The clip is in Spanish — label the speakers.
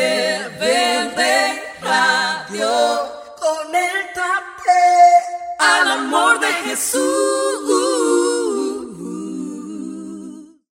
Speaker 1: Se vende radio, conéctate al amor de Jesús.